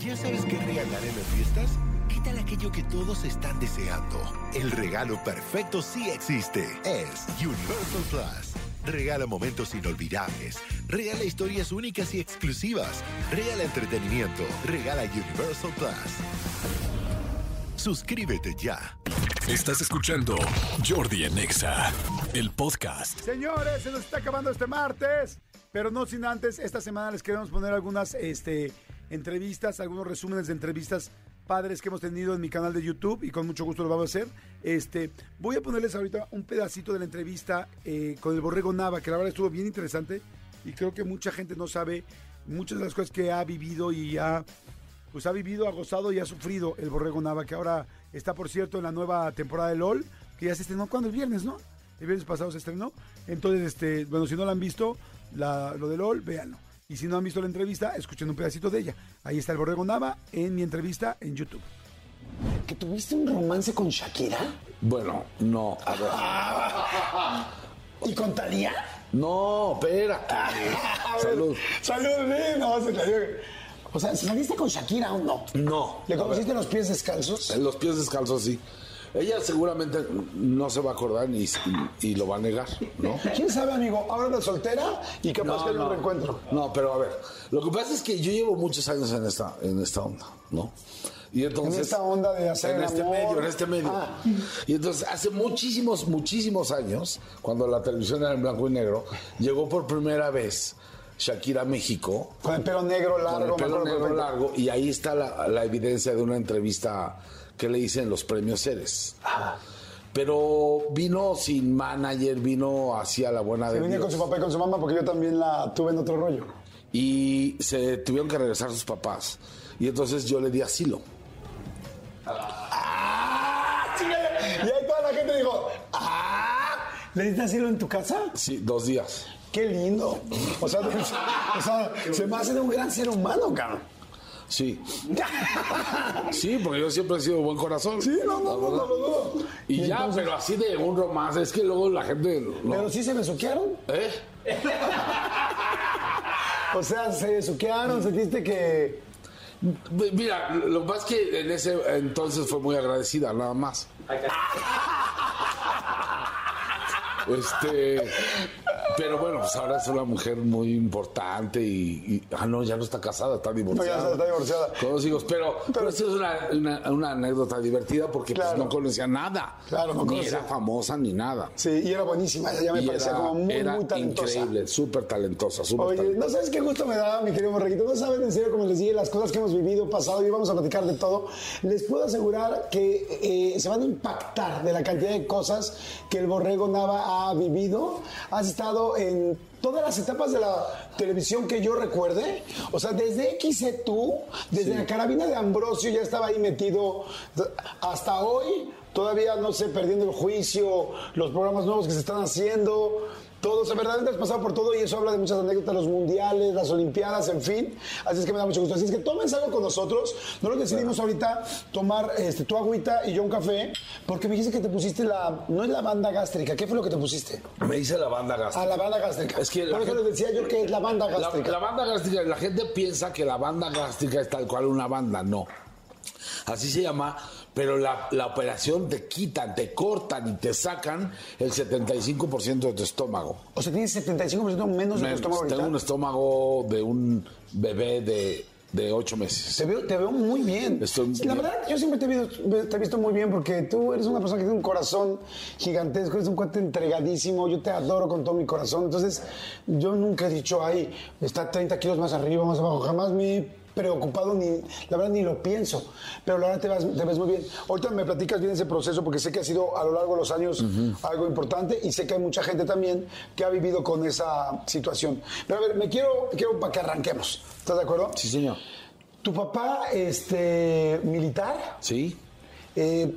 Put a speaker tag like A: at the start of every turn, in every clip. A: ¿Ya sabes qué regalar en las fiestas? ¿Qué tal aquello que todos están deseando? El regalo perfecto sí existe. Es Universal Plus. Regala momentos inolvidables. Regala historias únicas y exclusivas. Regala entretenimiento. Regala Universal Plus. Suscríbete ya.
B: Estás escuchando Jordi Anexa, el podcast.
C: Señores, se nos está acabando este martes, pero no sin antes, esta semana les queremos poner algunas este, entrevistas, algunos resúmenes de entrevistas padres que hemos tenido en mi canal de YouTube y con mucho gusto lo vamos a hacer. Este, voy a ponerles ahorita un pedacito de la entrevista eh, con el Borrego Nava, que la verdad estuvo bien interesante y creo que mucha gente no sabe muchas de las cosas que ha vivido y ha, pues, ha vivido, ha gozado y ha sufrido el Borrego Nava, que ahora está, por cierto, en la nueva temporada de LOL, que ya se estrenó cuando el viernes, ¿no? El viernes pasado se estrenó. Entonces, este, bueno, si no la han visto, la, lo de LOL, véanlo. Y si no han visto la entrevista, escuchen un pedacito de ella. Ahí está el Borrego Nava en mi entrevista en YouTube.
D: ¿Que tuviste un romance con Shakira?
E: Bueno, no. A ver.
D: ¿Y con Talía?
E: No, espérate. Salud.
D: Salud, ven, no, se te- O sea, ¿saliste con Shakira o no?
E: No.
D: ¿Le
E: A
D: conociste
E: ver.
D: los pies descalzos?
E: Los pies descalzos, sí. Ella seguramente no se va a acordar ni- y, y lo va a negar, ¿no?
D: ¿Quién sabe, amigo? Ahora eres soltera y capaz que hay un reencuentro.
E: No, pero a ver, lo que pasa es que yo llevo muchos años en esta, en esta onda, ¿no? Y entonces,
D: En esta onda de hacer
E: Pues en
D: el
E: este
D: amor.
E: medio, en este medio.
D: Ah.
E: Y entonces hace muchísimos, muchísimos años, cuando la televisión era en blanco y negro, llegó por primera vez Shakira a México
D: Con el pelo negro
E: con
D: largo,
E: el pelo
D: mejor
E: negro
D: perfecto.
E: largo y ahí está la, la evidencia de una entrevista que le hice en los premios Ceres.
D: Ah.
E: Pero vino sin manager, vino hacia la buena
D: Que
E: de
D: venía
E: Dios.
D: con su papá y con su mamá porque yo también la tuve en otro rollo.
E: Y se tuvieron que regresar sus papás. Y entonces yo le di asilo.
D: ¡Ah! Sí, me- Y ahí toda la gente dijo, ¡ah! ¿Le diste asilo en tu casa?
E: Sí, dos días.
D: ¡Qué lindo! O sea, o sea, se me hace de un gran ser humano, cabrón.
E: Sí. Sí, porque yo siempre he sido buen corazón. Sí,
D: no, no, no, no, no, no.
E: Y, ya, pero así de un romance. Es que luego la gente. lo-
D: Pero sí se besuquearon.
E: ¿Eh?
D: O sea, se besuquearon, sentiste que.
E: Mira, lo más que en ese entonces fue muy agradecida, nada más. Este, pero bueno, pues ahora es una mujer muy importante y, y- ah no, ya no está casada, está divorciada.
D: No, ya está divorciada.
E: Con dos hijos, pero, pero, sí es una, una- una anécdota divertida porque pues,
D: Claro.
E: no conocía nada,
D: Claro, no
E: ni
D: conocía.
E: era famosa ni nada.
D: Sí, y era buenísima. Ella me
E: Y
D: parecía
E: era,
D: como muy,
E: era
D: muy talentosa.
E: increíble, súper talentosa, súper
D: Oye,
E: talentosa.
D: no sabes qué gusto me da, mi querido Borreguito. No saben en serio, como les dije, las cosas que hemos vivido, pasado, y vamos a platicar de todo. Les puedo asegurar que eh, se van a impactar de la cantidad de cosas que el Borrego Nava ha vivido. Has estado en todas las etapas de la televisión que yo recuerde. O sea, desde XC tú, desde la carabina de Ambrosio ya estaba ahí metido hasta hoy. Todavía, no sé, perdiendo el juicio, los programas nuevos que se están haciendo. Todo, o sea, verdaderamente has pasado por todo y eso habla de muchas anécdotas, los mundiales, las olimpiadas, en fin. Así es que me da mucho gusto. Así es que tómense algo con nosotros. Nosotros decidimos ahorita tomar este, tu agüita y yo un café, porque me dijiste que te pusiste la. No es la banda gástrica. ¿Qué fue lo que te pusiste?
E: Me hice la banda
D: A
E: gástrica.
D: la banda gástrica.
E: Es que la
D: Por eso
E: gente-
D: les decía yo que es la banda
E: La,
D: gástrica.
E: la banda gástrica, la gente piensa que la banda gástrica es tal cual una banda, no. Así se llama, pero la, la operación te quitan, te cortan y te sacan el 75% de tu estómago.
D: O sea, tienes 75% menos de tu
E: Menos.
D: estómago ahorita.
E: Tengo un estómago de un bebé de, de 8 meses.
D: Te veo, te veo muy bien.
E: Estoy-
D: la verdad, yo siempre te he, visto, te he visto muy bien porque tú eres una persona que tiene un corazón gigantesco, eres un cuate entregadísimo, yo te adoro con todo mi corazón. Entonces, yo nunca he dicho, ay, está 30 kilos más arriba, más abajo. Jamás me he preocupado ni, la verdad, ni lo pienso. Pero la verdad te, vas- te ves muy bien. Ahorita me platicas bien ese proceso porque sé que ha sido a lo largo de los años algo importante y sé que hay mucha gente también que ha vivido con esa situación. Pero a ver, me quiero, quiero para que arranquemos. ¿Estás de acuerdo?
E: Sí, señor.
D: Tu papá, este, militar,
E: ¿Sí?
D: eh,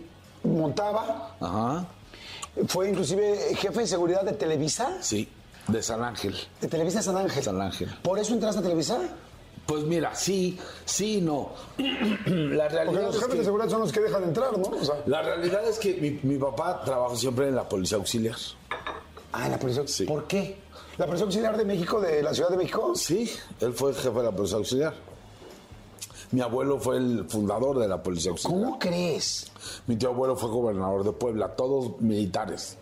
D: montaba,
E: Ajá.
D: fue inclusive jefe de seguridad de Televisa,
E: Sí. De San Ángel.
D: de Televisa San Ángel.
E: San Ángel.
D: ¿Por eso entraste a Televisa?
E: Pues mira, sí, sí, y no. la realidad
D: Porque los
E: es
D: jefes
E: que-
D: de seguridad son los que dejan entrar, ¿no? O sea,
E: La realidad es que mi, mi papá trabajó siempre en la policía auxiliar.
D: ah, la policía.
E: Sí.
D: ¿Por qué? ¿La policía auxiliar de México, de la Ciudad de México?
E: Sí, él fue jefe de la policía auxiliar. Mi abuelo fue el fundador de la policía auxiliar.
D: ¿Cómo crees?
E: Mi tío abuelo fue gobernador de Puebla, todos militares.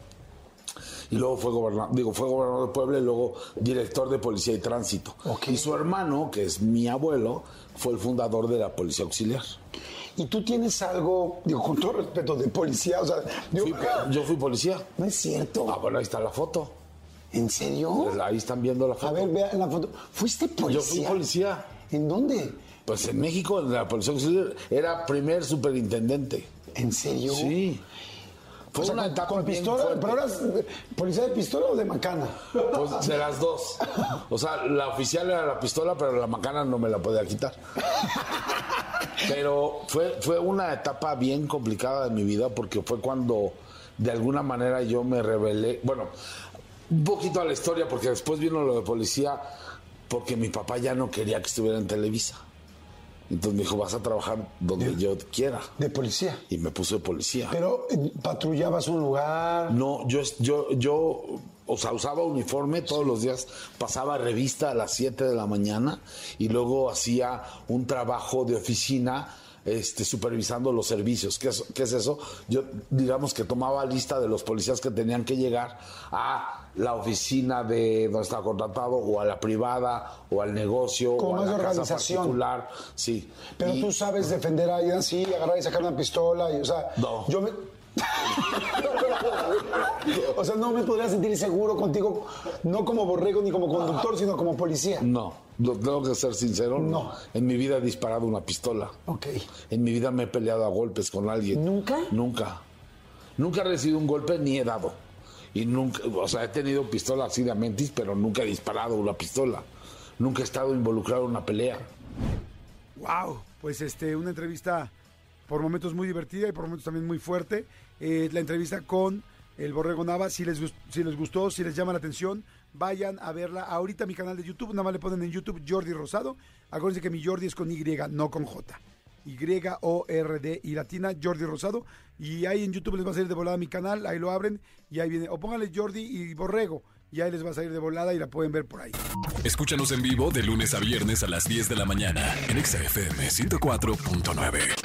E: Y luego fue gobernador, digo, fue gobernador de Puebla y luego director de policía y tránsito.
D: Ok.
E: Y su hermano, que es mi abuelo, fue el fundador de la policía auxiliar.
D: Y tú tienes algo, digo, con todo respeto, de policía, o sea, digo,
E: Fui- yo fui policía.
D: no es cierto.
E: Ah, bueno, ahí está la foto. Pues
D: ¿En serio?
E: Ahí están viendo la foto.
D: A ver, vean la foto. ¿Fuiste policía?
E: yo fui policía.
D: ¿En dónde?
E: Pues en México, en la policía auxiliar, era primer superintendente.
D: ¿En serio?
E: Sí. Fue
D: O sea,
E: una
D: con,
E: etapa
D: con
E: bien
D: pistola,
E: fuerte.
D: pero eras eh, policía de pistola o de macana.
E: Pues de las dos. O sea, la oficial era la pistola, pero la macana no me la podía quitar. Pero fue, fue una etapa bien complicada de mi vida porque fue cuando de alguna manera yo me rebelé. Bueno, un poquito a la historia porque después vino lo de policía porque mi papá ya no quería que estuviera en Televisa. Entonces me dijo, vas a trabajar donde yo quiera.
D: De policía.
E: Y me puso de policía.
D: Pero eh, patrullabas un lugar.
E: No, yo, yo, yo, o sea, usaba uniforme todos los días, pasaba revista a las 7 de la mañana y luego hacía un trabajo de oficina. Este, supervisando los servicios. ¿Qué es, qué es eso? Yo, digamos que tomaba lista de los policías que tenían que llegar a la oficina de donde estaba contratado, o a la privada, o al negocio,
D: Como
E: o
D: más
E: a la
D: de
E: casa
D: organización.
E: particular. Sí.
D: Pero
E: Y-
D: tú sabes defender a alguien así, agarrar y sacar una pistola. Y, o sea,
E: No.
D: yo me. o sea, no me podría sentir seguro contigo, no como borrego ni como conductor, sino como policía.
E: No, lo tengo que ser sincero.
D: No.
E: En mi vida he disparado una pistola.
D: Ok.
E: En mi vida me he peleado a golpes con alguien.
D: ¿Nunca?
E: Nunca. Nunca he recibido un golpe ni he dado. Y nunca, o sea, he tenido pistola así de mentis, pero nunca he disparado una pistola. Nunca he estado involucrado en una pelea.
C: ¡Wow! Pues este, una entrevista por momentos muy divertida y por momentos también muy fuerte. Eh, la entrevista con el Borrego Nava. Si les, gus- si les gustó, si les llama la atención, vayan a verla ahorita a mi canal de YouTube. Nada más le ponen en YouTube Jordi Rosado. Acuérdense que mi Jordi es con Y, no con J. Y-O-R-D y latina, Jordi Rosado. Y ahí en YouTube les va a salir de volada mi canal. Ahí lo abren y ahí viene. O pónganle Jordi y Borrego. Y ahí les va a salir de volada y la pueden ver por ahí.
B: Escúchanos en vivo de lunes a viernes a las 10 de la mañana en Exa FM 104.9.